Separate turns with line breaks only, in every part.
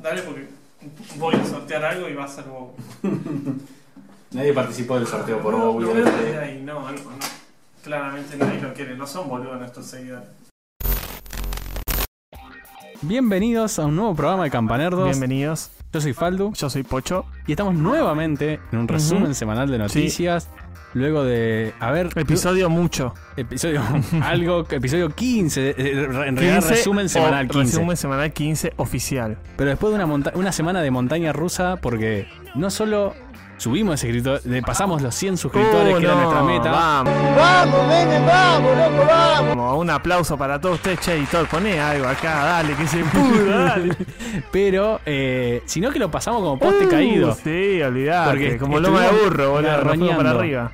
Dale, porque voy a sortear algo y va a ser wow.
Nadie participó del sorteo por
no,
vos,
no,
obviamente.
no, no, no, no. Claramente nadie lo quiere, no son boludos nuestros seguidores.
Bienvenidos a un nuevo programa de Campanerdos.
Bienvenidos,
Yo soy Faldu
yo soy Pocho.
y estamos nuevamente en un resumen semanal de noticias. Luego de. A ver.
Episodio mucho.
Episodio. algo. Episodio 15. eh, re- En realidad,
15
resumen
o
semanal 15.
Resumen semanal 15 oficial.
Pero después de una, monta- una semana de montaña rusa, porque no solo subimos ese escritor, le pasamos los 100 suscriptores,
Uh,
que era
no,
nuestra meta.
Vamos, vamos, vamos, vamos. Un aplauso para todos ustedes, che, editor. Poné algo acá, dale, que se pudra, dale.
Pero, eh, sino que lo pasamos como
Uh,
poste caído.
Sí, olvidate.
Porque
como loma de
estuvimos
burro, boludo. nos fuimos para
garroñando.
arriba.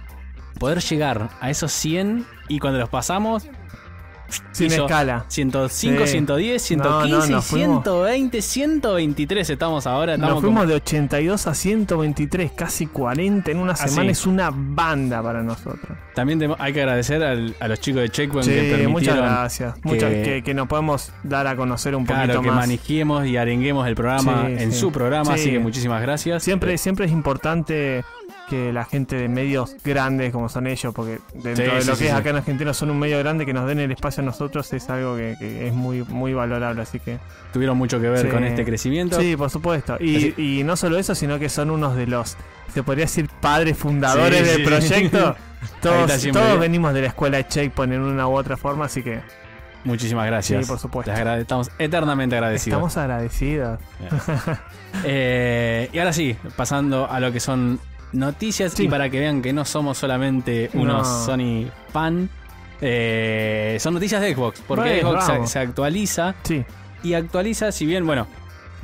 Poder llegar a esos 100 y cuando los pasamos,
Sin
Hizo-
escala.
105,
Sí.
110,
No,
115,
no, nos fuimos.
120, 123 estamos ahora. Estamos
Nos fuimos de 82 a 123, casi 40 en una
Así.
semana. Es una banda para nosotros.
como- también te- hay que agradecer al- a los chicos de Checkpoint que
Sí,
permitieron
muchas gracias.
que-
Muchas que, que nos podemos dar a conocer un
claro,
poquito
que
más.
manejemos y arenguemos el programa
Sí,
en
sí.
su programa,
Sí.
así que muchísimas gracias.
Siempre, siempre es importante que la gente de medios grandes como son ellos, porque dentro
Sí,
de
sí,
lo
sí,
que es
sí.
acá en Argentina son un medio grande que nos den el espacio a nosotros es algo que, que es muy, muy valorable, así que
tuvieron mucho que ver
Sí.
con este crecimiento.
sí, por supuesto. Y, y no solo eso, sino que son unos de los, se podría decir, padres fundadores
Sí,
del
sí.
proyecto.
Ahí
Todos,
está siempre.
todos venimos de la escuela de Checkpoint en una u otra forma, así que
Muchísimas gracias.
Sí, por supuesto.
Les agrade- estamos eternamente agradecidos.
estamos agradecidos.
Eh, y ahora sí, pasando a lo que son noticias
Sí.
y para que vean que no somos solamente
No.
unos Sony fan. eh, son noticias de Xbox, porque
Bueno,
Xbox se,
vamos.
se actualiza
Sí,
y actualiza, si bien, bueno,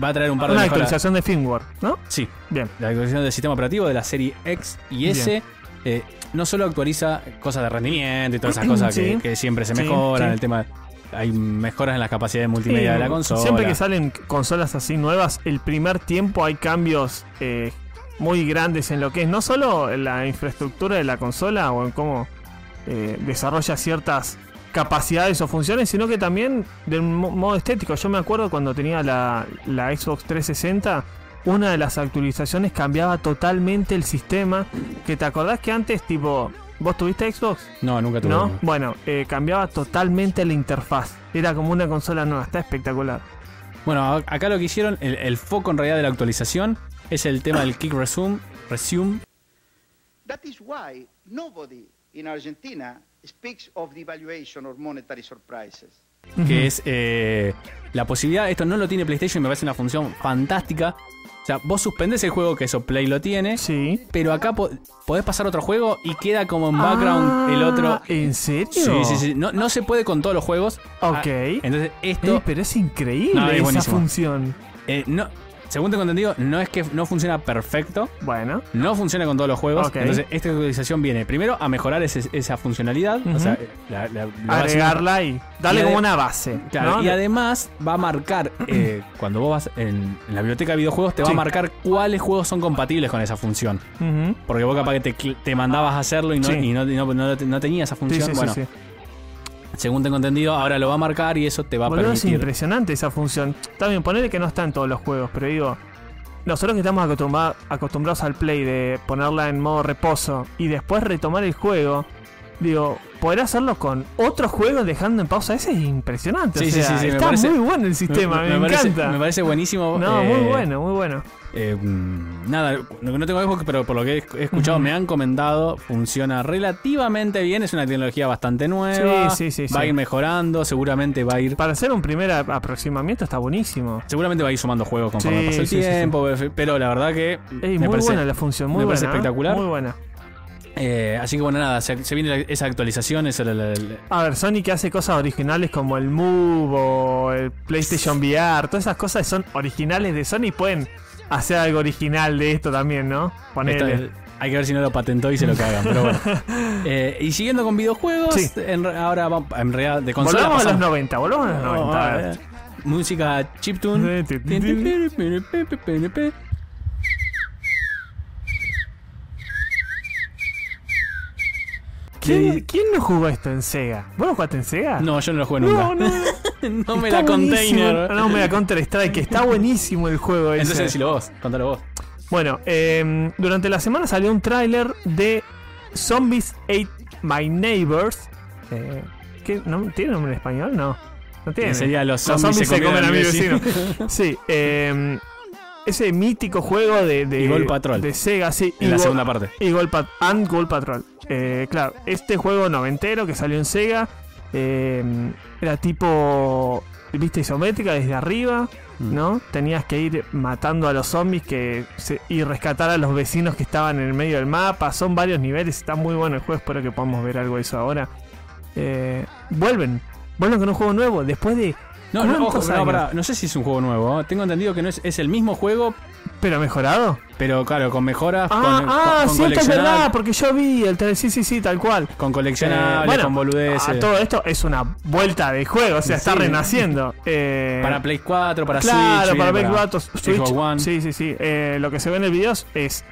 va a traer un par de
una
mejoras.
actualización de firmware, ¿no?
Sí,
Bien.
la actualización del sistema operativo de la serie X y S. eh, no solo actualiza cosas de rendimiento y todas esas cosas que-
Sí.
que, siempre se
Sí,
mejoran,
sí.
el tema. Hay mejoras en las capacidades multimedia de la
Sí,
consola.
Siempre que salen consolas así nuevas, el primer tiempo hay cambios eh, muy grandes en lo que es no solo en la infraestructura de la consola o en cómo eh, desarrolla ciertas capacidades o funciones, sino que también del mo- modo estético. Yo me acuerdo cuando tenía la, la Xbox 360. Una de las actualizaciones cambiaba totalmente el sistema. Que te acordás que antes, tipo, vos tuviste Xbox,
No, nunca tuve.
¿No?
uno.
Bueno, eh, cambiaba totalmente la interfaz. Era como una consola nueva, está espectacular.
Bueno, a- acá lo que hicieron, el, el foco en realidad de la actualización es el tema del kick resume, resume
That is why nobody in Argentina speaks of devaluation or monetary surprises.
que es eh, la posibilidad, esto no lo tiene PlayStation, me parece una función fantástica. O sea, vos suspendés el juego, que eso Play lo tiene,
Sí.
pero acá po- podés pasar otro juego y queda como en background el otro.
Ah, ¿En serio?
Sí, sí, sí. No, no se puede con todos los juegos.
Ok.
Ah, entonces,
Eh,
esto,
pero es increíble
No, es
esa
buenísimo.
función.
eh, no, según tengo entendido, no es que no funciona perfecto.
Bueno.
No funciona con todos los juegos.
Ok.
Entonces, esta actualización viene primero a mejorar ese- esa funcionalidad. O sea, la- la- lo va haciendo-
Agregarla y darle
Y ade-
como una base.
Claro,
¿no?
y además va a marcar, eh, cuando vos vas en, en la biblioteca de videojuegos, te va
Sí.
a marcar cuáles juegos son compatibles con esa función.
Ujú.
Porque vos capaz que te, cl- te mandabas a hacerlo y no,
Sí.
y no, y no- no- no tenía esa
Sí,
función.
sí, sí,
bueno,
sí.
según tengo entendido, ahora lo va a marcar y eso te va a
Boludo, es
permitir.
impresionante esa función. También ponerle que no está en todos los juegos, pero digo, nosotros que estamos acostumba- acostumbrados al play de ponerla en modo reposo y después retomar el juego, digo, poder hacerlo con otros juegos dejando en pausa, ese es impresionante.
Sí,
o
sí,
sea,
sí, sí, me
está
parece-
muy bueno el sistema, me,
parece,
encanta.
me parece buenísimo.
no, muy
eh,
bueno, muy bueno.
Eh, mm, nada, no, no tengo Xbox, pero por lo que he he escuchado, me han comentado, funciona relativamente bien. Es una tecnología bastante nueva.
Sí, sí, sí,
Va a
sí.
ir mejorando, seguramente va a ir.
Para hacer un primer a- aproximamiento está buenísimo.
Seguramente va a ir sumando juegos conforme
Sí,
pasa el
sí, sí, sí.
tiempo, pero la verdad que
Ey,
me
muy
parece.
buena la función, muy
me
buena.
parece
¿eh?
espectacular.
Muy buena.
eh, así que bueno, nada, se, se viene la- esa actualización, esa, la- la- la-
A ver, Sony que hace cosas originales como el Move o el PlayStation VR, todas esas cosas son originales de Sony y pueden hacer algo original de esto también, ¿no?
esta-
Ponele.
hay que ver si no lo patentó y se lo cagan, pero bueno. Eh, y siguiendo con videojuegos,
Sí.
en re- ahora vamos, en realidad de consola
Volvamos a los
pasamos-
90, volvamos a los 90. a ver.
Ah, Música chiptune.
¿Quién, quién no jugó esto en Sega? ¿Vos no jugaste en Sega?
No, yo no lo jugué
no,
nunca.
no.
no me
Está buenísimo.
la container.
No, me la Counter Strike. Está buenísimo el juego ese.
Entonces decilo vos, contalo vos.
Bueno, eh, durante la semana salió un tráiler de Zombies Ate My Neighbors. Eh, ¿qué? ¿No? ¿Tiene nombre en español? No. No tiene.
Sería los zombies se comen a mi
sí. eh, ese mítico juego de, de,
Goal Patrol.
de Sega, sí.
En la
Goal-
segunda parte.
y Goal Pat- and Goal Patrol. Eh, claro, este juego noventero que salió en Sega eh, era tipo vista isométrica desde arriba,
Mm.
¿no? Tenías que ir matando a los zombies que se- y rescatar a los vecinos que estaban en el medio del mapa. Son varios niveles, está muy bueno el juego, espero que podamos ver algo de eso ahora. Eh, vuelven, vuelven con un juego nuevo, después de...
No, no, ojo,
¿Cuántos
no,
años?
pará, no sé si es un juego nuevo. ¿eh? Tengo entendido que no es, es el mismo juego,
¿Pero mejorado?
pero claro, con mejoras,
Ah,
con,
ah,
con- con
sí, esto es
coleccionables-
verdad, porque yo vi el trailer, sí, sí, sí, tal cual.
con
Eh,
coleccionables,
bueno,
con boludeces.
a todo esto es una vuelta de juego, o sea,
Sí.
está renaciendo. Eh,
Para Play 4, para
claro,
Switch.
para
viene
Big Batos, Switch.
Xbox One.
Sí, sí, sí. Eh, lo que se ve en el video es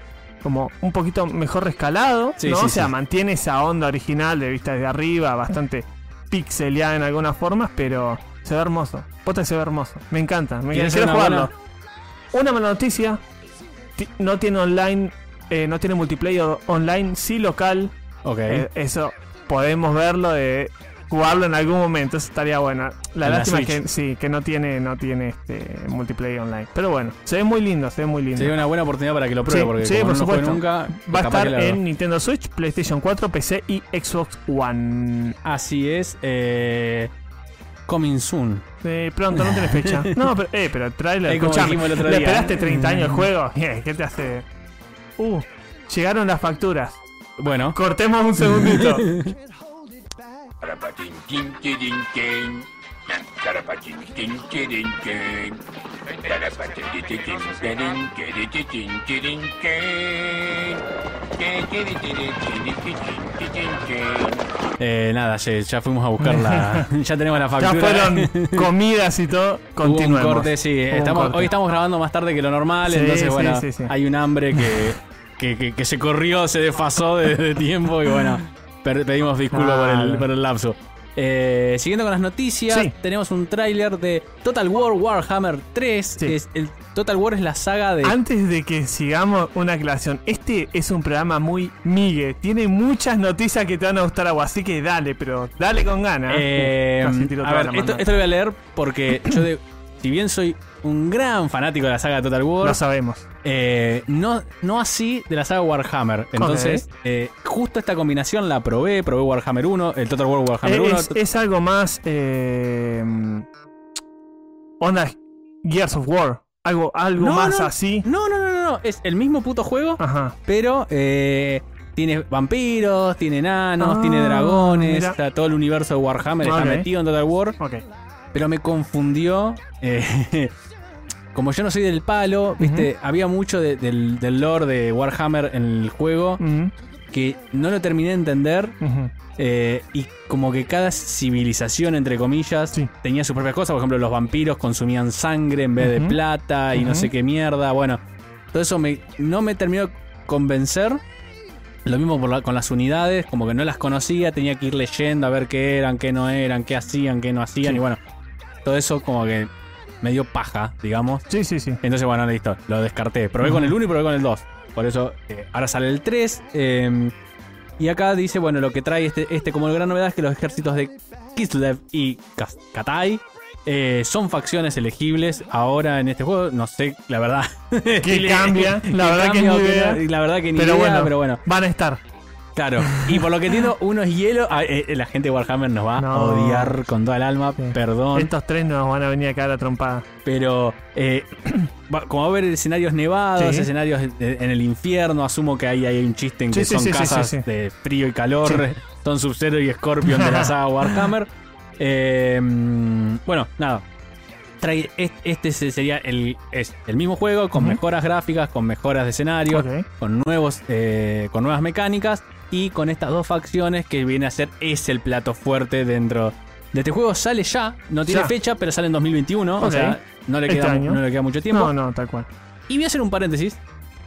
como un poquito mejor rescalado,
Sí,
¿no?
sí,
o sea,
sí.
mantiene esa onda original de vista desde arriba, bastante pixeleada en algunas formas, pero se ve hermoso. Posta se ve hermoso. Me encanta, me
¿Quieres
quiero
una
jugarlo. Una mala noticia, ti- no tiene online, eh, no tiene multiplayer online, sí local.
Ok.
Eh, eso podemos verlo de jugarlo en algún momento, eso estaría bueno. La
En la
lástima es
Switch.
que sí, que no tiene, no tiene este multiplayer online. Pero bueno, se ve muy lindo, se ve muy lindo.
Sería una buena oportunidad para que lo pruebe,
Sí,
porque
sí,
como
por
no lo jugué
supuesto.
nunca,
Va a
capaz
estar
que la-
en Nintendo Switch, PlayStation 4, PC y Xbox One.
Así es. Eh... Coming soon.
Eh, pronto, no tenés fecha. No, pero, eh, pero trailer,
Eh, como
escuchame,
dijimos el otro
¿Le
día. Mm.
esperaste 30 años el juego? Eh, ¿Qué te hace? Uh, llegaron las facturas.
Bueno,
Cortemos un segundito.
Carapachin, tin, tirin, tin. Carapachin, tin, tirin, tin. Carapachin, tin, tirin, tirin, tin, tirin, tin. Tin, tirin, tirin, tirin, tirin, tirin, tin.
eh, nada, ya, ya fuimos a buscarla. ya tenemos la
ya
factura. eh.
fueron comidas y todo.
Hubo un
Continuemos.
corte, sí.
Hubo un
Estamos,
corte.
Hoy estamos grabando más tarde que lo normal,
Sí,
entonces,
sí,
bueno,
sí, sí.
hay un hambre que, que, que- que se corrió, se desfasó de, de tiempo y bueno, per- pedimos disculpas por, el,
Claro.
por el lapso. Eh, siguiendo con las noticias,
Sí.
tenemos un tráiler de Total War Warhammer 3.
Sí.
que es el, Total War es la saga de...
Antes de que sigamos una aclaración, este es un programa muy migue. Tiene muchas noticias que te van a gustar agua, así que dale, pero dale con ganas.
Eh,
Casi tiro
a
toda la
ver, esto,
mano.
esto lo voy a leer porque yo, de- si bien soy un gran fanático de la saga de Total War,
lo sabemos.
Eh, no, no así de la saga Warhammer. Entonces, eh, justo esta combinación la probé. Probé Warhammer 1, el Total War Warhammer
Eh,
1.
es, es algo más. eh, onda Gears of War. Algo, algo
No,
más
no.
así.
No, no, no, no, no. Es el mismo puto juego,
Ajá.
pero eh, tiene vampiros, tiene enanos,
Ah,
tiene dragones.
mira.
o sea, todo el universo de Warhammer
Ok.
está metido en Total War.
Ok.
Pero me confundió. eh, como yo no soy del palo, viste, había mucho de- del, del lore de Warhammer en el juego
Mm,
que no lo terminé de entender.
ujú.
Eh, y como que cada civilización, entre comillas,
Sí.
tenía sus propias cosas. Por ejemplo, los vampiros consumían sangre en vez de
Ujú.
plata y no
Ujú.
sé qué mierda. Bueno, todo eso me, no me terminó de convencer. Lo mismo por la- con las unidades, como que no las conocía, tenía que ir leyendo a ver qué eran, qué no eran, qué hacían, qué no hacían.
Sí.
Y bueno, todo eso como que me dio paja, digamos.
Sí, sí, sí.
Entonces, bueno, listo, lo descarté. Probé
Ujú.
con el 1 y probé con el 2. Por eso, eh, ahora sale el 3. eh, y acá dice, bueno, lo que trae este, este como gran novedad es que los ejércitos de Kislev y Kas- Katai eh, son facciones elegibles ahora en este juego. No sé, la verdad.
¿Qué cambia? La verdad que
cambia
ni
o qué
idea.
no, La verdad que ni
Pero
idea,
bueno.
pero bueno.
Van a estar.
Claro. Y por lo que entiendo, uno es hielo. Ah, eh, eh, la gente de Warhammer nos va a
No.
odiar con toda el alma.
Sí.
Perdón.
Estos tres nos van a venir acá a la trompada.
Pero eh, va- como va a haber escenarios nevados,
Sí.
escenarios de- en el infierno, asumo que ahí hay un chiste en
Sí,
que
sí,
son
sí, sí,
casas
sí, sí.
de frío y calor, son Sub-Zero y Scorpion de la saga Warhammer. Eh, mm, bueno, nada. Trae- est- este se- sería el, es el mismo juego, con
Ujú.
mejoras gráficas, con mejoras de escenario,
Ok.
con nuevos, eh, con nuevas mecánicas y con estas dos facciones que viene a ser es el plato fuerte dentro de este juego. Sale ya, no tiene
Ya.
fecha, pero sale en 2021, o
Ok.
sea, no le,
Este
queda,
año.
no le queda mucho tiempo.
No, no, tal cual.
Y voy a hacer un paréntesis,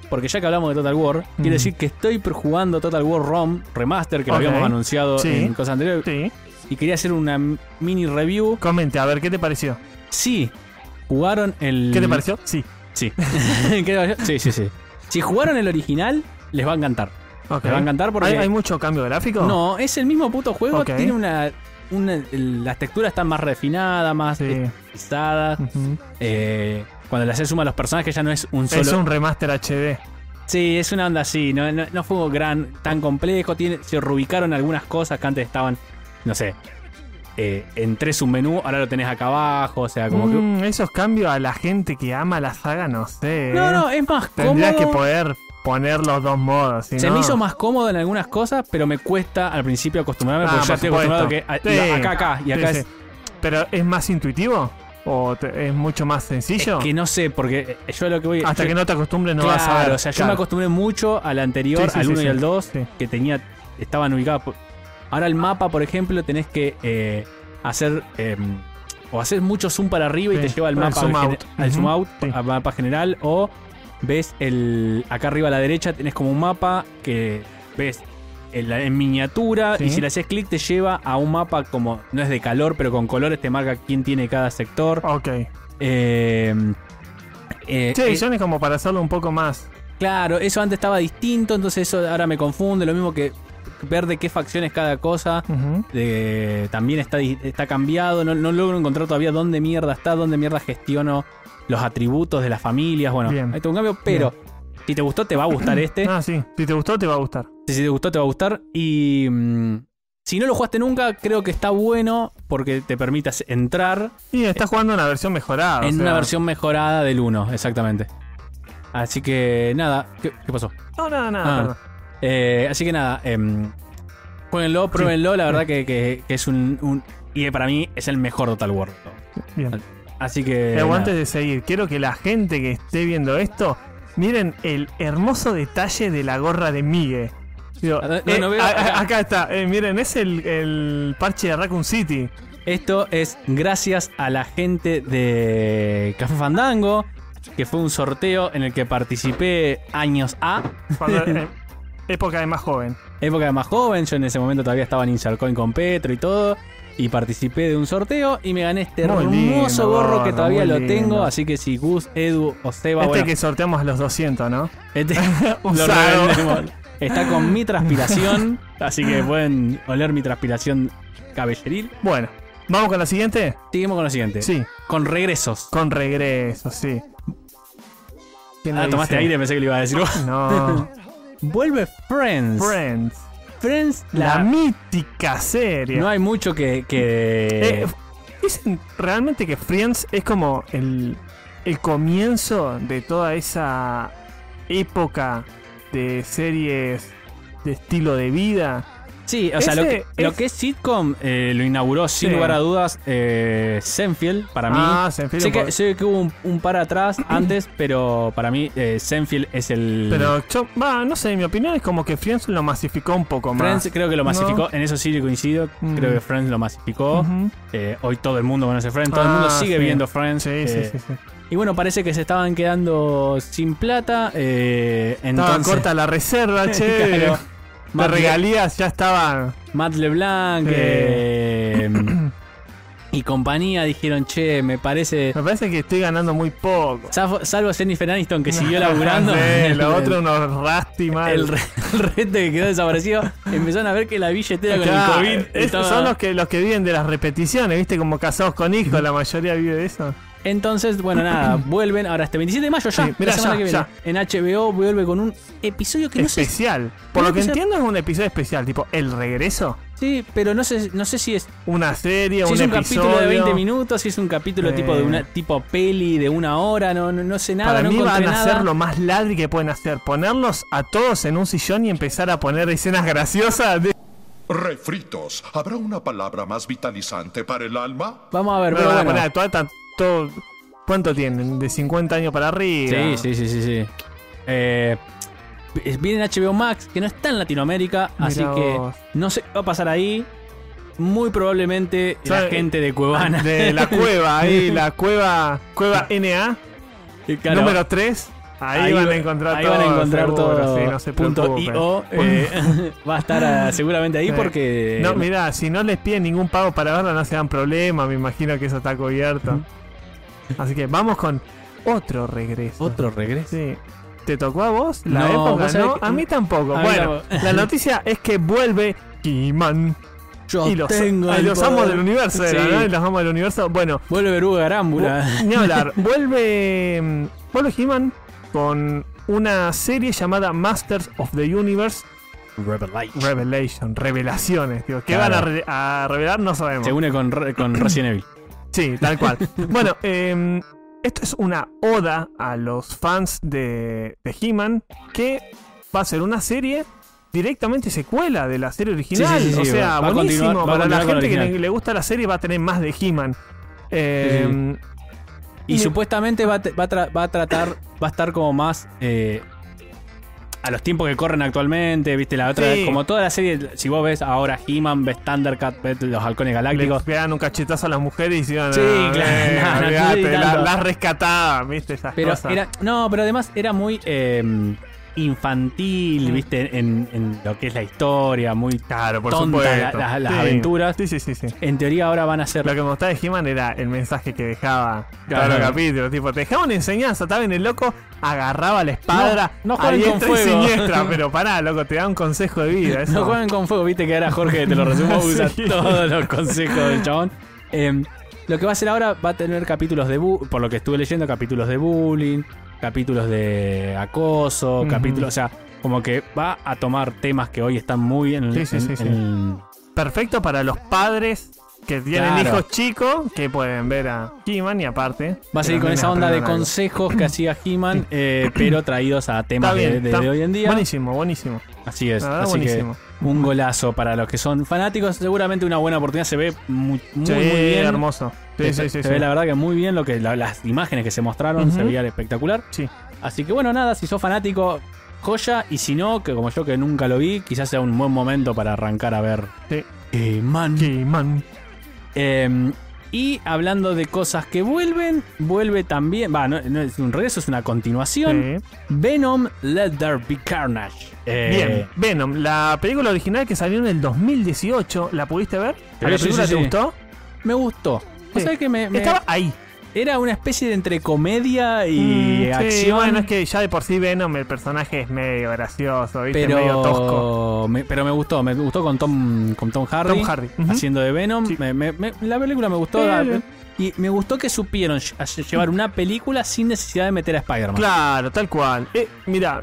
porque ya que hablamos de Total War, quiero decir que estoy jugando Total War ROM Remaster, que
Mm. Ok.
lo habíamos anunciado
Sí.
en cosas anteriores.
Sí.
y quería hacer una mini review.
Comente, a ver, ¿qué te pareció?
Sí, jugaron el.
¿Qué te pareció? Sí.
Sí. ¿Qué te pareció? Sí, sí, sí. Si jugaron el original, les va a encantar.
Ok.
Les va a encantar porque.
¿Hay, hay mucho cambio gráfico?
No, es el mismo puto juego.
Ok.
Tiene una. una- el- las texturas están más refinadas, más
Sí. Mm.
estilizadas.
Ujú.
Eh, cuando le haces suma a los personajes ya no es un solo.
Es un remaster HD.
Sí, es una onda así. No, no, no fue gran, tan complejo. Tiene, se reubicaron algunas cosas que antes estaban, no sé, eh, en tres un menú. Ahora lo tenés acá abajo. O sea, como
Mm, Esos cambios a la gente que ama la saga, no sé.
que.
¿eh?
No, no, es más
Tendría
cómodo.
que poder poner los dos modos. si
se
no-
me hizo más cómodo en algunas cosas, pero me cuesta al principio acostumbrarme
Ah,
porque ya
por
estoy
supuesto.
acostumbrado que a-
Sí.
acá, acá y
Sí,
acá
sí.
es
¿Pero es más intuitivo? ¿O te- es mucho más sencillo?
Es que no sé, porque yo lo que voy.
Hasta
yo-
que no te acostumbres no
claro,
vas a ver.
o sea, yo
Claro.
me acostumbré mucho al anterior,
Sí, sí,
al
sí,
1
sí.
y al 2,
Sí.
que tenía estaban ubicados. por- Ahora el mapa, por ejemplo, tenés que eh, hacer. eh, o hacer mucho zoom para arriba y
Sí,
te lleva al
al
mapa
zoom
gene-
out.
al zoom
Ujú,
out,
sí.
al mapa general, o ves el. Acá arriba a la derecha tenés como un mapa que ves. En, la- en miniatura,
Sí.
y si le haces clic, te lleva a un mapa como no es de calor, pero con colores te marca quién tiene cada sector.
Ok.
Eh, eh,
Oh. Sí,
eh,
edición es como para hacerlo un poco más.
Claro, eso antes estaba distinto, entonces eso ahora me confunde. Lo mismo que ver de qué facciones cada cosa.
Ujú.
de- también está, di- está cambiado. No, no logro encontrar todavía dónde mierda está, dónde mierda gestiono los atributos de las familias. Bueno,
Bien.
ahí tengo un cambio, pero si te gustó, te va a gustar este.
Ah, sí. Si te gustó, te va a gustar.
Si te gustó, te va a gustar. Y mm, si no lo jugaste nunca, creo que está bueno porque te permitas entrar
Y estás jugando una versión mejorada. Ah, o
Eh. en una
sea-
versión mejorada del 1, exactamente. Así que nada, ¿qué, qué pasó?
No, no, no.
Ah.
perdón.
Eh, así que nada, em, jueguenlo, pruébenlo, la verdad que, que- que es un, un- Y para mí es el mejor Total War.
Bien.
Así que...
Eh, bueno, antes
nada.
de seguir, quiero que la gente que esté viendo esto, miren el hermoso detalle de la gorra de Migue. Digo,
Ah, no,
eh,
no veo,
a- a-
acá.
acá. está, eh, miren, es el, el parche de Raccoon City.
Esto es gracias a la gente de Café Fandango, que fue un sorteo en el que participé años A,
Cuando, eh, época de más joven.
época de más joven, yo en ese momento todavía estaba en Insercoin con Petro y todo. Y participé de un sorteo y me gané este
Muy
hermoso
lindo,
gorro que
gorro,
todavía
muy
lo tengo.
lindo.
Así que si Gus, Edu o Seba.
este
Ah, bueno,
que sorteamos los 200, ¿no?
Este- lo
Usado.
revendemos. Está con mi transpiración, así que pueden oler mi transpiración cabelleril.
Bueno, ¿vamos con la siguiente?
Seguimos con lo siguiente.
Sí,
Con regresos.
con regreso, sí. ¿Quién
Ah,
lo
tomaste
dice?
aire, pensé que le iba a decir.
No.
Vuelve Friends.
Friends.
Friends,
La,
la-
mítica serie.
no hay mucho que. que-
Eh, dicen realmente que Friends es como el, el comienzo de toda esa época de series de estilo de vida.
sí, o sea, lo que,
ese
lo
este es-
que es sitcom eh, lo inauguró sin
Sí.
lugar a dudas eh, Seinfeld, para mí.
Ah, Seinfeld
sé,
un
que,
poco.
sé que hubo un, un par atrás antes, pero para mí eh, Seinfeld es el.
Pero yo, va, no sé, mi opinión es como que Friends lo masificó un poco más.
Friends creo que lo
No.
masificó, en eso sí coincido,
Mm.
creo que Friends lo masificó.
Ujú.
Eh, hoy todo el mundo conoce Friends, todo el
Ah,
mundo sigue
sí.
viendo Friends.
Sí,
eh,
sí, sí, sí.
Y bueno, parece que se estaban quedando sin plata, eh,
Estaba
entonces...
corta la reserva, che.
Claro.
Las
Matt, Le-
regalías ya estaban.
Matt LeBlanc
Sí.
eh, y compañía dijeron, che, me parece...
Me parece que estoy ganando muy poco.
Salvo, salvo Jennifer Aniston que siguió laburando.
Sí, lo
el-
otro, unos rasty mal.
El, re- el resto que quedó desaparecido empezaron a ver que la billetera con
Claro,
el COVID.
esos
estaba-
Este, ah, son los que los que viven de las repeticiones, viste, como casados con hijos, la mayoría vive de eso.
Entonces, bueno, nada, vuelven ahora este 27 de mayo ya,
Sí, mirá,
la semana
ya,
que viene.
ya.
En HBO vuelve con un episodio que no sé,
especial. Por lo que
Especial.
entiendo es un episodio especial, tipo el regreso,
sí, pero no sé, no sé si es,
una serie,
si
un,
es un
episodio.
capítulo de 20 minutos, si es un capítulo
Eh.
tipo de una tipo peli de una hora, no no, no sé nada,
Para
no
mí van
encontré
a
nada.
hacer lo más ladri que pueden hacer, ponerlos a todos en un sillón y empezar a poner escenas graciosas. de-
Refritos. ¿Habrá una palabra más vitalizante para el alma?
Vamos a ver,
No,
pero
van a
bueno.
poner a toda tan- todo- ¿Cuánto tienen? De 50 años para arriba.
Sí, sí, sí, sí, sí. Eh, viene en HBO Max, que no está en Latinoamérica,
Mirá
así que
vos.
no sé qué va a pasar ahí. Muy probablemente la
¿Sabe?
gente de Cuevana.
De la cueva, ahí, la cueva, cueva NA,
Claro,
número 3. Ahí, van a encontrar
ahí
todo.
van a encontrar
seguro,
todo.
sí, no se
punto
preocupen.
io eh, va a estar ah, seguramente ahí
Sí.
porque
No, mirá, si no les piden ningún pago para verla, no se dan problema. Me imagino que eso está cubierto. Así que vamos con otro regreso.
otro regreso.
Sí. ¿Te tocó a vos la
No,
época?
vos sabés
No,
que-
a mí tampoco.
A mí
bueno, la noticia es que vuelve Kiman.
Yo
Y los,
tengo
a
el
los amos
poder.
del universo, era,
Sí.
¿no? Los amos del universo. Bueno,
Vuelve Veruga Garámbula.
vu- ni hablar. vuelve. mm, Vuelve He-Man con una serie llamada Masters of the Universe Revelation. Revelaciones, tío. ¿Qué van
Claro.
a, re- a revelar? No sabemos.
Se une con, Re- con Resident Evil.
Sí, tal cual. bueno, eh, esto es una oda a los fans de, de He-Man que va a ser una serie directamente secuela de la serie original.
Sí, sí, sí,
o
sí, va-
sea,
va a
buenísimo.
continuar- va a
Para la
continuar con la
gente que le,
original.
le gusta la serie va a tener más de He-Man. Eh,
Y
Ni-
supuestamente va a, te- va a tra- va a tratar, va a estar como más eh, a los tiempos que corren actualmente, viste, la otra,
Sí.
como toda la serie, si vos ves ahora He-Man, ves Thundercat, ves los halcones
Le
galácticos.
pegaban un cachetazo a las mujeres y decían,
Sí,
"Ah,
claro,
eh,
no, no,
olvidate,
no, no,
la-
no.
las rescataban, viste, esas
Pero
cosas.
era, no, pero además era muy eh, infantil, viste, en, en lo que es la historia, muy
Claro, por
tonta
supuesto.
la- la- las
Sí.
aventuras.
Sí, sí, sí, sí.
En teoría ahora van a ser
Lo que me gustaba de He-Man era el mensaje que dejaba
Claro.
cada capítulo. Tipo, te dejaba una enseñanza, estaba en el loco, agarraba la espada
No, no
a
jueguen con
diestra y
fuego.
siniestra. pero pará, loco, te da un consejo de vida. Eso.
No juegan con fuego, viste que ahora Jorge te lo resumo, usa
Sí.
todos los consejos del chabón. Em, lo que va a hacer ahora va a tener capítulos de bu- por lo que estuve leyendo, capítulos de bullying, capítulos de acoso,
Ujú.
capítulos, o sea, como que va a tomar temas que hoy están muy en,
Sí, sí,
en-
sí, sí.
en-
Perfecto para los padres que tienen
Claro.
hijos chicos que pueden ver a He-Man y aparte.
Va a
que los
seguir con
nenes
esa onda de
aprendan algo.
consejos que hacía He-Man, eh, pero traídos a
Está
temas de-
bien,
de,
está
de hoy en día.
Buenísimo, buenísimo.
Así es,
La verdad,
así
buenísimo.
que un golazo para los que son fanáticos, seguramente una buena oportunidad, se ve muy, muy,
Sí,
muy bien.
hermoso. Sí,
Se-
sí, sí.
se
sí.
ve la verdad que muy bien lo que la- las imágenes que se mostraron, se
Ujú.
veía espectacular.
Sí.
Así que bueno, nada, si sos fanático, joya, y si no, que como yo que nunca lo vi, quizás sea un buen momento para arrancar a ver.
Sí.
Eh, man.
He-Man.
Eh, y hablando de cosas que vuelven, vuelve también, va, no, no es un regreso, es una continuación.
Sí.
Venom Let There Be Carnage. Eh,
Bien, Venom, la película original que salió en el 2018, ¿la pudiste ver?
Sí,
¿A la
sí,
película
sí,
te
sí.
gustó?
Me gustó. O
Sí.
sea que me, me-
Estaba ahí.
era una especie de entre comedia y
Mm, sí,
acción.
bueno, es que ya de por sí Venom, el personaje es medio gracioso, ¿viste?
pero
medio tosco.
Me, pero me gustó, me gustó con Tom, con Tom Hardy,
Tom Hardy, ujú.
haciendo de Venom.
Sí.
Me- me- me- la película me gustó.
Sí,
la-
sí.
y me gustó que supieron lle- a- llevar una película sin necesidad de meter a Spider-Man.
Claro, tal cual. Eh, mira,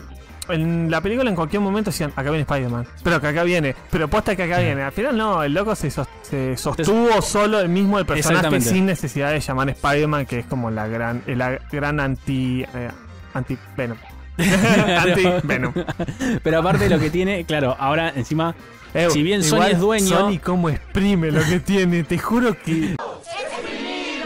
en la película en cualquier momento decían, acá viene Spider-Man, pero que acá viene, pero posta que acá viene. Al final no, el loco se, sos- se sostuvo solo el mismo el personaje
Exactamente.
sin necesidad de llamar Spider-Man, que es como la gran, eh, la gran anti... eh, anti Venom. anti Venom.
Pero aparte lo que tiene, claro, ahora encima, si bien Sony es dueño,
Sony cómo exprime lo que tiene, te juro que...
Estoy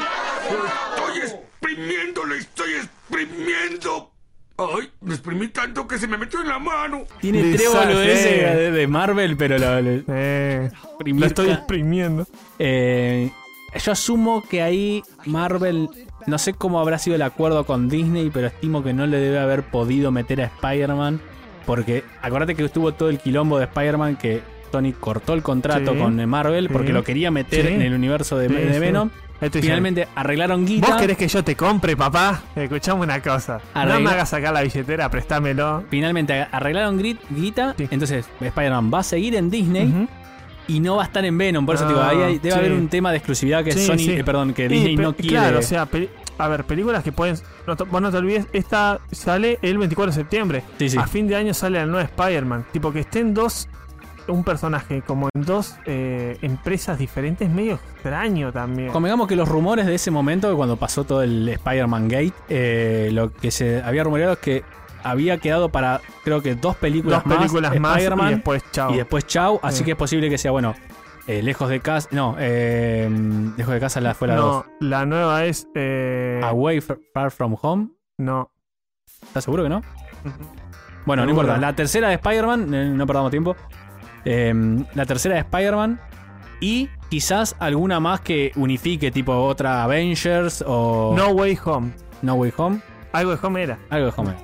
exprimiendo, lo estoy exprimiendo. Ay, lo exprimí tanto que se me metió en la mano.
tiene tres
Desastre.
boludeces de, de Marvel, pero lo, lo-
Eh, lo estoy exprimiendo.
Eh, yo asumo que ahí Marvel, no sé cómo habrá sido el acuerdo con Disney, pero estimo que no le debe haber podido meter a Spider-Man. Porque acuérdate que estuvo todo el quilombo de Spider-Man que Tony cortó el contrato
Sí.
con Marvel porque
Sí.
lo quería meter
Sí.
en el universo de,
Sí,
de
sí. Este
Venom.
Esto ya-
Finalmente arreglaron guita.
¿Vos querés que yo te compre, papá? Escuchame una cosa.
Arregla-
No me hagas sacar la billetera, préstamelo.
Finalmente arreglaron gri- guita.
Sí.
Entonces Spider-Man va a seguir en Disney
Ujú.
y no va a estar en Venom. Por eso te digo,
Ah,
ahí hay- debe
sí.
haber un tema de exclusividad que
Sí,
Sony,
sí.
eh, perdón, que
Sí,
Disney
pe-
no quiere.
Claro, o sea, peli- a ver, películas que pueden. No te- vos no te olvides, esta sale el 24 de septiembre.
Sí, sí.
A fin de año sale la nueva Spider-Man. Tipo que estén dos. Un personaje como en dos eh, empresas diferentes, medio extraño también.
Convengamos que los rumores de ese momento, cuando pasó todo el Spider-Man Gate, eh, lo que se había rumoreado es que había quedado para, creo que dos
dos
películas más.
películas más,
Spider-Man
y después chao.
y después Chau. Así
Sí.
que es posible que sea, bueno, eh, Lejos de Casa. No, eh, Lejos de Casa la fue la
no,
dos.
la nueva es. eh,
Away Fr- Far From Home.
no.
¿Estás seguro que no? Bueno, no
Seguro.
importa. La tercera de Spider-Man, eh, no perdamos tiempo. Eh, la tercera de Spider-Man. Y quizás alguna más que unifique, tipo otra Avengers o
No Way Home.
No Way Home.
Algo de Homer era.
Algo de Homer.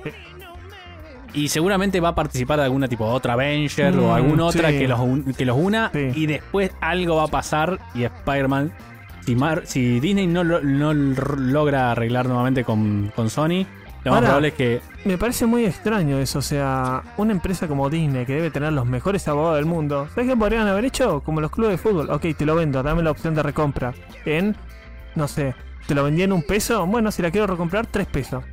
Y seguramente va a participar de alguna tipo otra Avenger
Mm,
o alguna otra
sí.
que, los un- que los una.
Sí.
Y después algo va a pasar y Spider-Man, si, Mar- si Disney no, lo- no r- logra arreglar nuevamente con, con Sony, lo más
Ahora.
probable es que...
Me parece muy extraño eso, o sea, una empresa como Disney que debe tener los mejores abogados del mundo, ¿sabes qué podrían haber hecho? Como los clubes de fútbol, ok, te lo vendo, dame la opción de recompra. En, no sé, te lo vendí en un peso, bueno, si la quiero recomprar, tres pesos.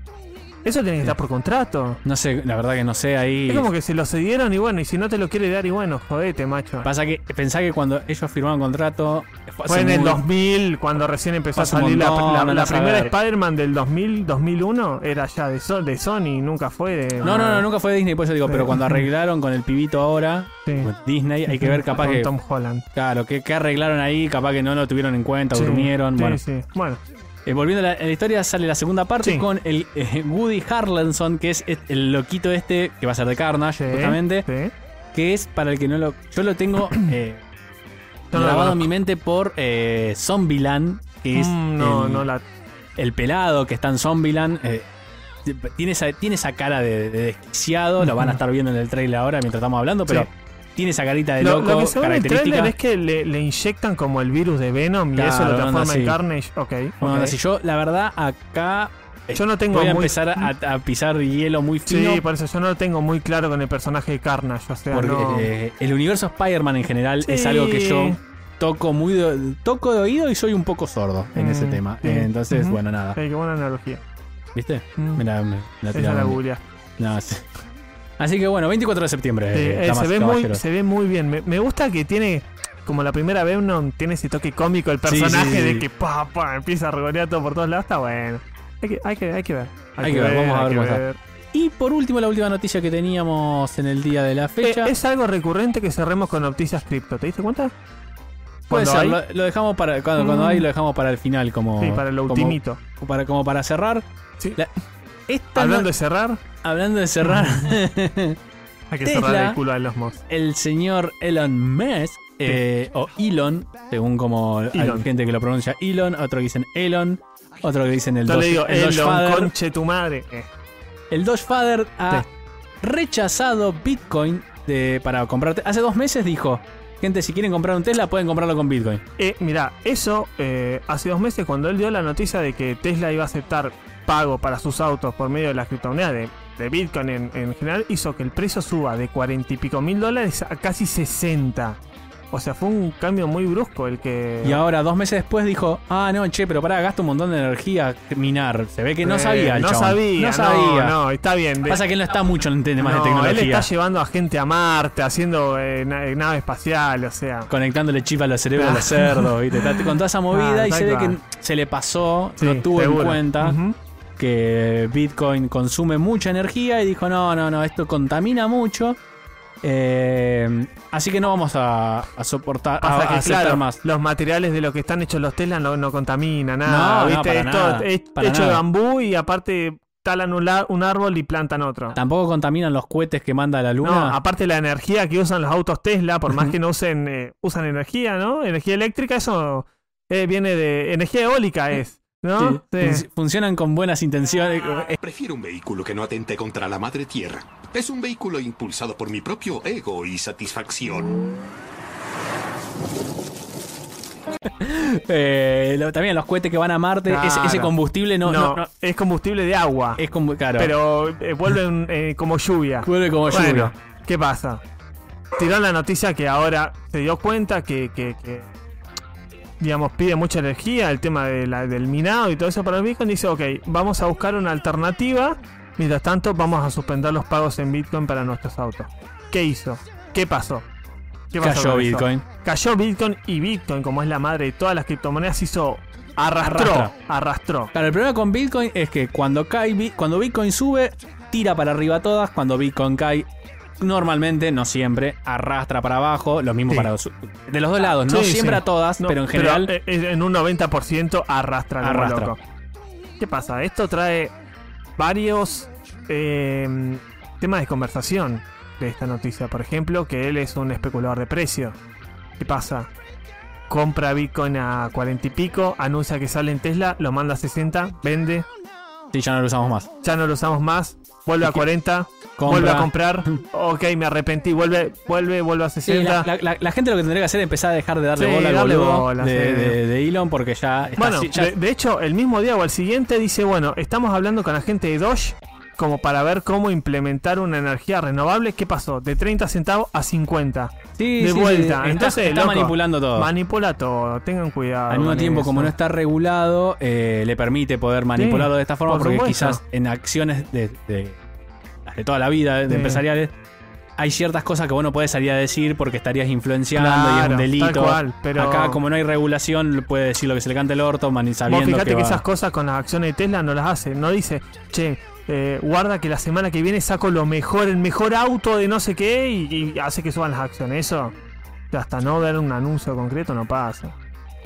Eso tiene que estar por contrato.
No sé, la verdad que no sé ahí...
Es como que se lo cedieron y bueno, y si no te lo quiere dar y bueno, jodete, macho.
Pasa que pensá que cuando ellos firmaron contrato... Fue, hace
Fue en el
muy-
2000, cuando recién empezó a
Pasa un
salir la,
montón,
la-
andás
la
a
primera
ver.
Spider-Man del 2000, 2001, era ya de, Sol, de Sony, nunca fue de...
No, no, no, nunca fue de Disney, por eso digo,
Sí.
pero cuando arreglaron con el pibito ahora,
Sí.
con Disney, hay que ver capaz
Con
que...
Tom Holland.
Claro, que, que arreglaron ahí, capaz que no lo tuvieron en cuenta,
Sí,
durmieron,
sí,
bueno.
sí. Bueno,
Eh, volviendo a la, a la historia, sale la segunda parte
Sí.
con el eh, Woody Harlanson, que es et- el loquito este, que va a ser de Carnage,
sí,
justamente,
sí.
que es para el que no lo. Yo lo tengo eh,
Yo no Mm, lo
grabado en
conozco.
mi mente por eh, Zombieland, que es
Mm, no,
el,
no la.
el pelado que está en Zombieland. eh, tiene, esa, tiene esa cara de, de desquiciado, lo van a estar viendo en el trailer ahora mientras estamos hablando, pero
Sí.
tiene esa carita de
Lo,
loco
lo que se ve en el
característica.
trailer es que le, le inyectan como el virus de Venom y
Claro,
eso lo
una
transforma
onda
en
así.
Carnage. Ok.
Bueno,
ok.
si yo, la verdad, acá eh,
Yo no tengo
voy a
muy- Mm.
empezar a, a pisar hielo muy
Sí,
fino.
por eso yo no lo tengo muy claro con el personaje de Carnage. O sea,
porque
no.
eh, el universo Spider-Man en general
Sí.
es algo que yo toco muy de, toco de oído y soy un poco sordo en
Mm,
ese tema.
sí.
Eh, Entonces,
Ujú.
bueno, nada.
Sí, qué buena analogía.
¿Viste?
Mm.
Mira, me, la
Esa la
tiraron.
Julia.
No, sí. Así que bueno, 24 de septiembre.
Sí,
eh,
eh,
damas
se,
y
ve muy,
caballeros.
se ve muy bien. Me, me gusta que tiene, como la primera Venom, tiene ese toque cómico el
Sí, sí,
personaje
sí,
de
sí.
que pa, pa, empieza a regolear todo por todos lados. Está bueno. Hay que, hay que, hay que ver.
Hay que ver, vamos a
hay
ver
que
cómo está. Y por último, la última noticia que teníamos en el día de la fecha.
Eh, es algo recurrente que cerremos con noticias cripto. ¿Te diste cuenta?
Puede
Cuando
ser,
hay-
lo, lo dejamos para. Cuando, cuando
Mm.
hay, lo dejamos para el final, como.
Sí, para lo
como-
ultimito.
para, como para cerrar.
Sí.
La- esta
Hablando
no-
de cerrar,
hablando de cerrar,
hay que
Tesla.
cerrar el culo de los mos.
el señor Elon Musk, eh, o Elon, según como hay
Elon.
gente que lo pronuncia Elon, otro que dicen Elon, otro que dicen el
Yo
Doge-
le digo,
el Doge
Elon,
Father".
conche tu madre. Eh,
El Dogefather ha
Sí.
rechazado Bitcoin de, para comprarte. Hace dos meses dijo, gente, si quieren comprar un Tesla pueden comprarlo con Bitcoin.
Eh, mirá, eso eh, hace dos meses cuando él dio la noticia de que Tesla iba a aceptar pago para sus autos por medio de las criptomonedas de, de Bitcoin en, en general, hizo que el precio suba de 40 y pico mil dólares a casi 60. O sea, fue un cambio muy brusco el que...
Y ahora, dos meses después, dijo, ah, no, che, pero pará, gasta un montón de energía minar. Se ve que no
Eh,
sabía el
no
chabón.
sabía,
No sabía.
No, no, está bien. De-
Pasa que él no está mucho en temas
no,
de tecnología.
él está llevando a gente a Marte, haciendo eh, na- nave espacial, o sea...
conectándole chip a los cerebros a los cerdos, ¿viste? Está- con toda esa movida
Ah,
y
tal
se ve que
cual.
se le pasó,
Sí,
no tuvo
seguro.
en cuenta
Ujú.
que Bitcoin consume mucha energía y dijo, no, no, no, esto contamina mucho. eh, así que no vamos a, a soportar, a,
Pasa
a
que,
Ah, aceptar
claro,
más.
los materiales de lo que están hechos los Tesla no, no contaminan nada.
No, no,
¿viste?
para
es
nada,
todo es
para
hecho de
nada.
bambú y aparte talan un, la- un árbol y plantan otro.
Tampoco contaminan los cohetes que manda la
No,
luna.
aparte la energía que usan los autos Tesla, por más que no usen, eh, usan energía, ¿no? Energía eléctrica, eso eh, viene de energía eólica, es, ¿no? Sí.
Sí, func- Funcionan con buenas intenciones.
Prefiero un vehículo que no atente contra la madre tierra. Es un vehículo impulsado por mi propio ego y satisfacción.
Eh, lo- también los cohetes que van a Marte, ese- ese,
Claro.
combustible no,
No,
no- no-
es combustible de agua,
es como, claro,
pero eh, vuelven eh, como lluvia.
vuelve como lluvia.
Bueno, ¿qué pasa? Tiró la noticia que ahora se dio cuenta que, que- que, digamos, pide mucha energía, el tema de la- del minado y todo eso para el Bitcoin. Dice, ok, vamos a buscar una alternativa. Mientras tanto, vamos a suspender los pagos en Bitcoin para nuestros autos. ¿Qué hizo? ¿Qué pasó? ¿Qué pasó
Cayó
con eso?
Bitcoin.
Cayó Bitcoin y Bitcoin, como es la madre de todas las criptomonedas, hizo... Arrastró,
Arrastra.
arrastró.
Claro, el problema con Bitcoin es que cuando cae, Bi- cuando Bitcoin sube, tira para arriba todas. Cuando Bitcoin cae, normalmente, no siempre, arrastra para abajo. Lo mismo
Sí.
para los, de los dos lados, no
Sí,
siempre
sí.
a todas,
No,
pero en general.
eh, eh, en un 90% arrastra, como
Arrastra.
loco. ¿Qué pasa? Esto trae varios eh, temas de conversación de esta noticia. Por ejemplo, que él es un especulador de precio. ¿Qué pasa? Compra Bitcoin a 40 y pico, anuncia que sale en Tesla, lo manda a 60, vende.
Sí, ya no lo usamos más.
ya no lo usamos más, vuelve a 40, vuelve a comprar, ok, me arrepentí, vuelve, vuelve, vuelve a
Sí,
60.
la, la- la- la gente lo que tendría que hacer es empezar a dejar de darle
Sí,
bola al
darle
boludo
bola,
de,
sí.
de- de Elon porque ya está
Bueno,
así, ya-
de, de hecho, el mismo día o al siguiente dice, bueno, estamos hablando con la gente de Doge como para ver cómo implementar una energía renovable. ¿Qué pasó? De 30 centavos a 50.
sí,
de
sí, sí,
vuelta.
está-
Entonces,
está
loco,
manipulando todo.
Manipula todo, tengan cuidado.
Al mismo
con
tiempo,
eso.
como no está regulado, eh, le permite poder manipularlo de esta forma,
por
porque
supuesto.
quizás en acciones de, de- las de toda la vida, de
Sí.
empresariales, hay ciertas cosas que vos no podés salir a decir porque estarías influenciando y es
Claro,
un delito.
tal cual, pero-
Acá, como no hay regulación, puede decir lo que se le cante el orto, mani
Vos
sabiendo
fijate que,
va-
esas cosas con las acciones de Tesla no las hace. No dice, che, eh, guarda que la semana que viene saco lo mejor, el mejor auto de no sé qué y, y hace que suban las acciones. Eso, hasta no ver un anuncio concreto, no pasa.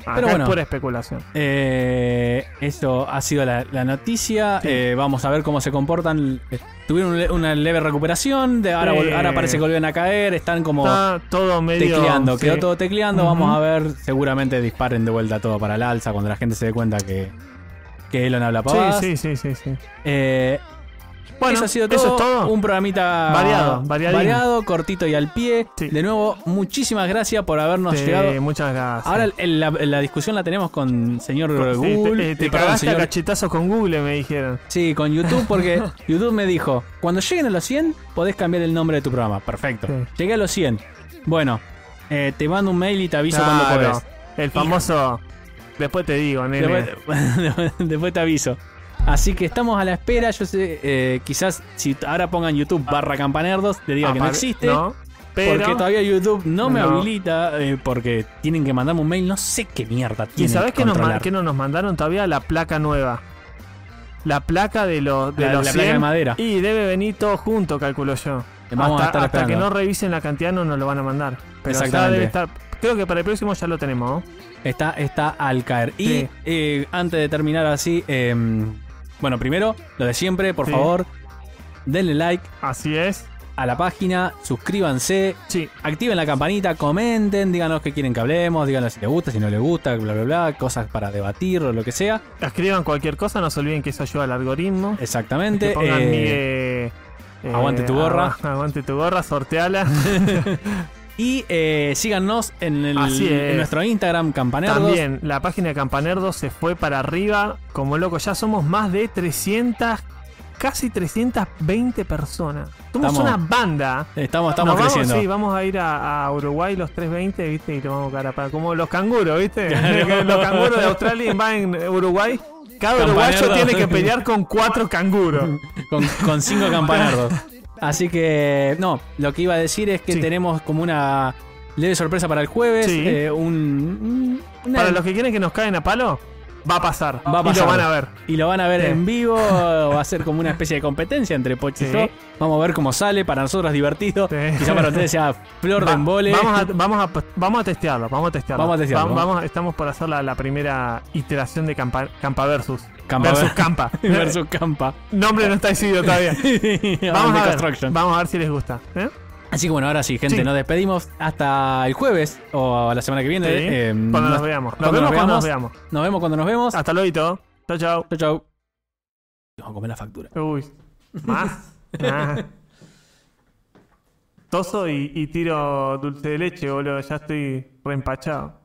Acá
Pero bueno.
es pura especulación.
Eh, eso ha sido la, la noticia. Eh, vamos a ver cómo se comportan. Eh, Tuvieron un le- una leve recuperación. De ahora, vol-
Sí.
ahora parece que volvieron a caer. Están como
Está todo medio.
tecleando. Quedó
sí.
todo tecleando.
Ujú.
Vamos a ver. Seguramente disparen de vuelta todo para el alza cuando la gente se dé cuenta que, que Elon habla
Sí,
pavadas.
sí, sí, sí, sí.
Eh,
Bueno,
eso ha sido todo.
es todo.
Un programita
Variado, variadín.
variado, cortito y al pie.
Sí.
De nuevo, muchísimas gracias por habernos
Sí,
llegado.
muchas gracias.
Ahora el- la, la discusión la tenemos con señor
Sí,
Google.
te, eh, te
eh, perdón,
cagaste a
señor-
cachetazos con Google, me dijeron.
Sí, con YouTube, porque YouTube me dijo, cuando lleguen a los 100, podés cambiar el nombre de tu programa. Perfecto.
Sí.
Llegué a los 100. Bueno, eh, te mando un mail y te aviso cuando
Claro,
podés.
El famoso. Después te digo, nene.
Después, después te aviso. Así que estamos a la espera. Yo sé, eh, quizás si ahora pongan YouTube barra campanerdos, te diga que no
Apar-
existe.
No, pero.
Porque todavía YouTube no me
No.
habilita, eh, porque tienen que mandarme un mail, no sé qué mierda
¿Y
tienen
sabés
que
que nos, ma-
controlar.
que no nos mandaron todavía la placa nueva? La placa de, los de
La-
los
la placa de
100,
madera. Eh,
Y debe venir todo junto, calculo yo.
Vamos a
hasta
estar
hasta que
esperando.
no revisen la cantidad no nos lo van a mandar. Pero ya
Exactamente.
debe estar. Creo que para el próximo ya lo tenemos. ¿no?
Está, está al caer. Y
Sí.
eh, antes de terminar así, eh, bueno, primero, lo de siempre, por
Sí.
favor, denle like
Así es.
a la página, suscríbanse,
Sí.
activen la campanita, comenten, díganos qué quieren que hablemos, díganos si les gusta, si no les gusta, bla, bla, bla, cosas para debatir o lo que sea.
Escriban cualquier cosa, no se olviden que eso ayuda al algoritmo.
Exactamente.
Que pongan
eh,
Migue, eh,
aguante tu gorra.
agu- Aguante tu gorra, sorteala.
y eh, síganos en, el-
Así es.
en nuestro Instagram, Campanerdos.
También la página de Campanerdo se fue para arriba como loco. Ya somos más de 300, casi 320 personas. Somos
Estamos-
una banda.
Estamos, estamos
Nos vamos,
creciendo.
sí, vamos a ir a, a Uruguay los 320, ¿viste? Y lo vamos a cara para. Como los canguros, ¿viste? los canguros de Australia van en Uruguay. Cada uruguayo
Campanerdo.
tiene que pelear con cuatro canguros.
con, con cinco campanardos. Así que, no, lo que iba a decir es que
Sí.
tenemos como una leve sorpresa para el jueves.
Sí.
eh, un, un-
Para los que quieren que nos caen a palo, va a pasar.
Va a
Y
pasar.
lo van a ver.
Y lo van a ver
Sí.
en vivo. Va a ser como una especie de competencia entre Poch y
Sí.
yo. Vamos a ver cómo sale. Para nosotros es divertido.
Sí.
Quizá para ustedes sea flor de
Va-
embole.
Vamos a, vamos, a, vamos a testearlo, vamos a testearlo.
Vamos a testearlo,
Va-
vamos.
vamos- estamos por hacer la, la primera iteración de Campa, Campa Versus.
Campa
versus
ver-
Campa.
Versus Campa.
Nombre no está decidido todavía.
Vamos
vamos, a ver, vamos a ver si les gusta. ¿eh?
Así que bueno, ahora sí, gente,
Sí.
nos despedimos hasta el jueves o la semana que viene.
Sí,
eh,
cuando nos
nos-
veamos. Nos
cuando
vemos
nos
cuando nos
veamos.
veamos.
nos vemos cuando nos vemos.
Hasta luego. Chao, chao.
Chau, chau. Vamos a comer la factura.
Uy. Más. Ah. Toso y, y tiro dulce de leche, boludo. Ya estoy reempachado.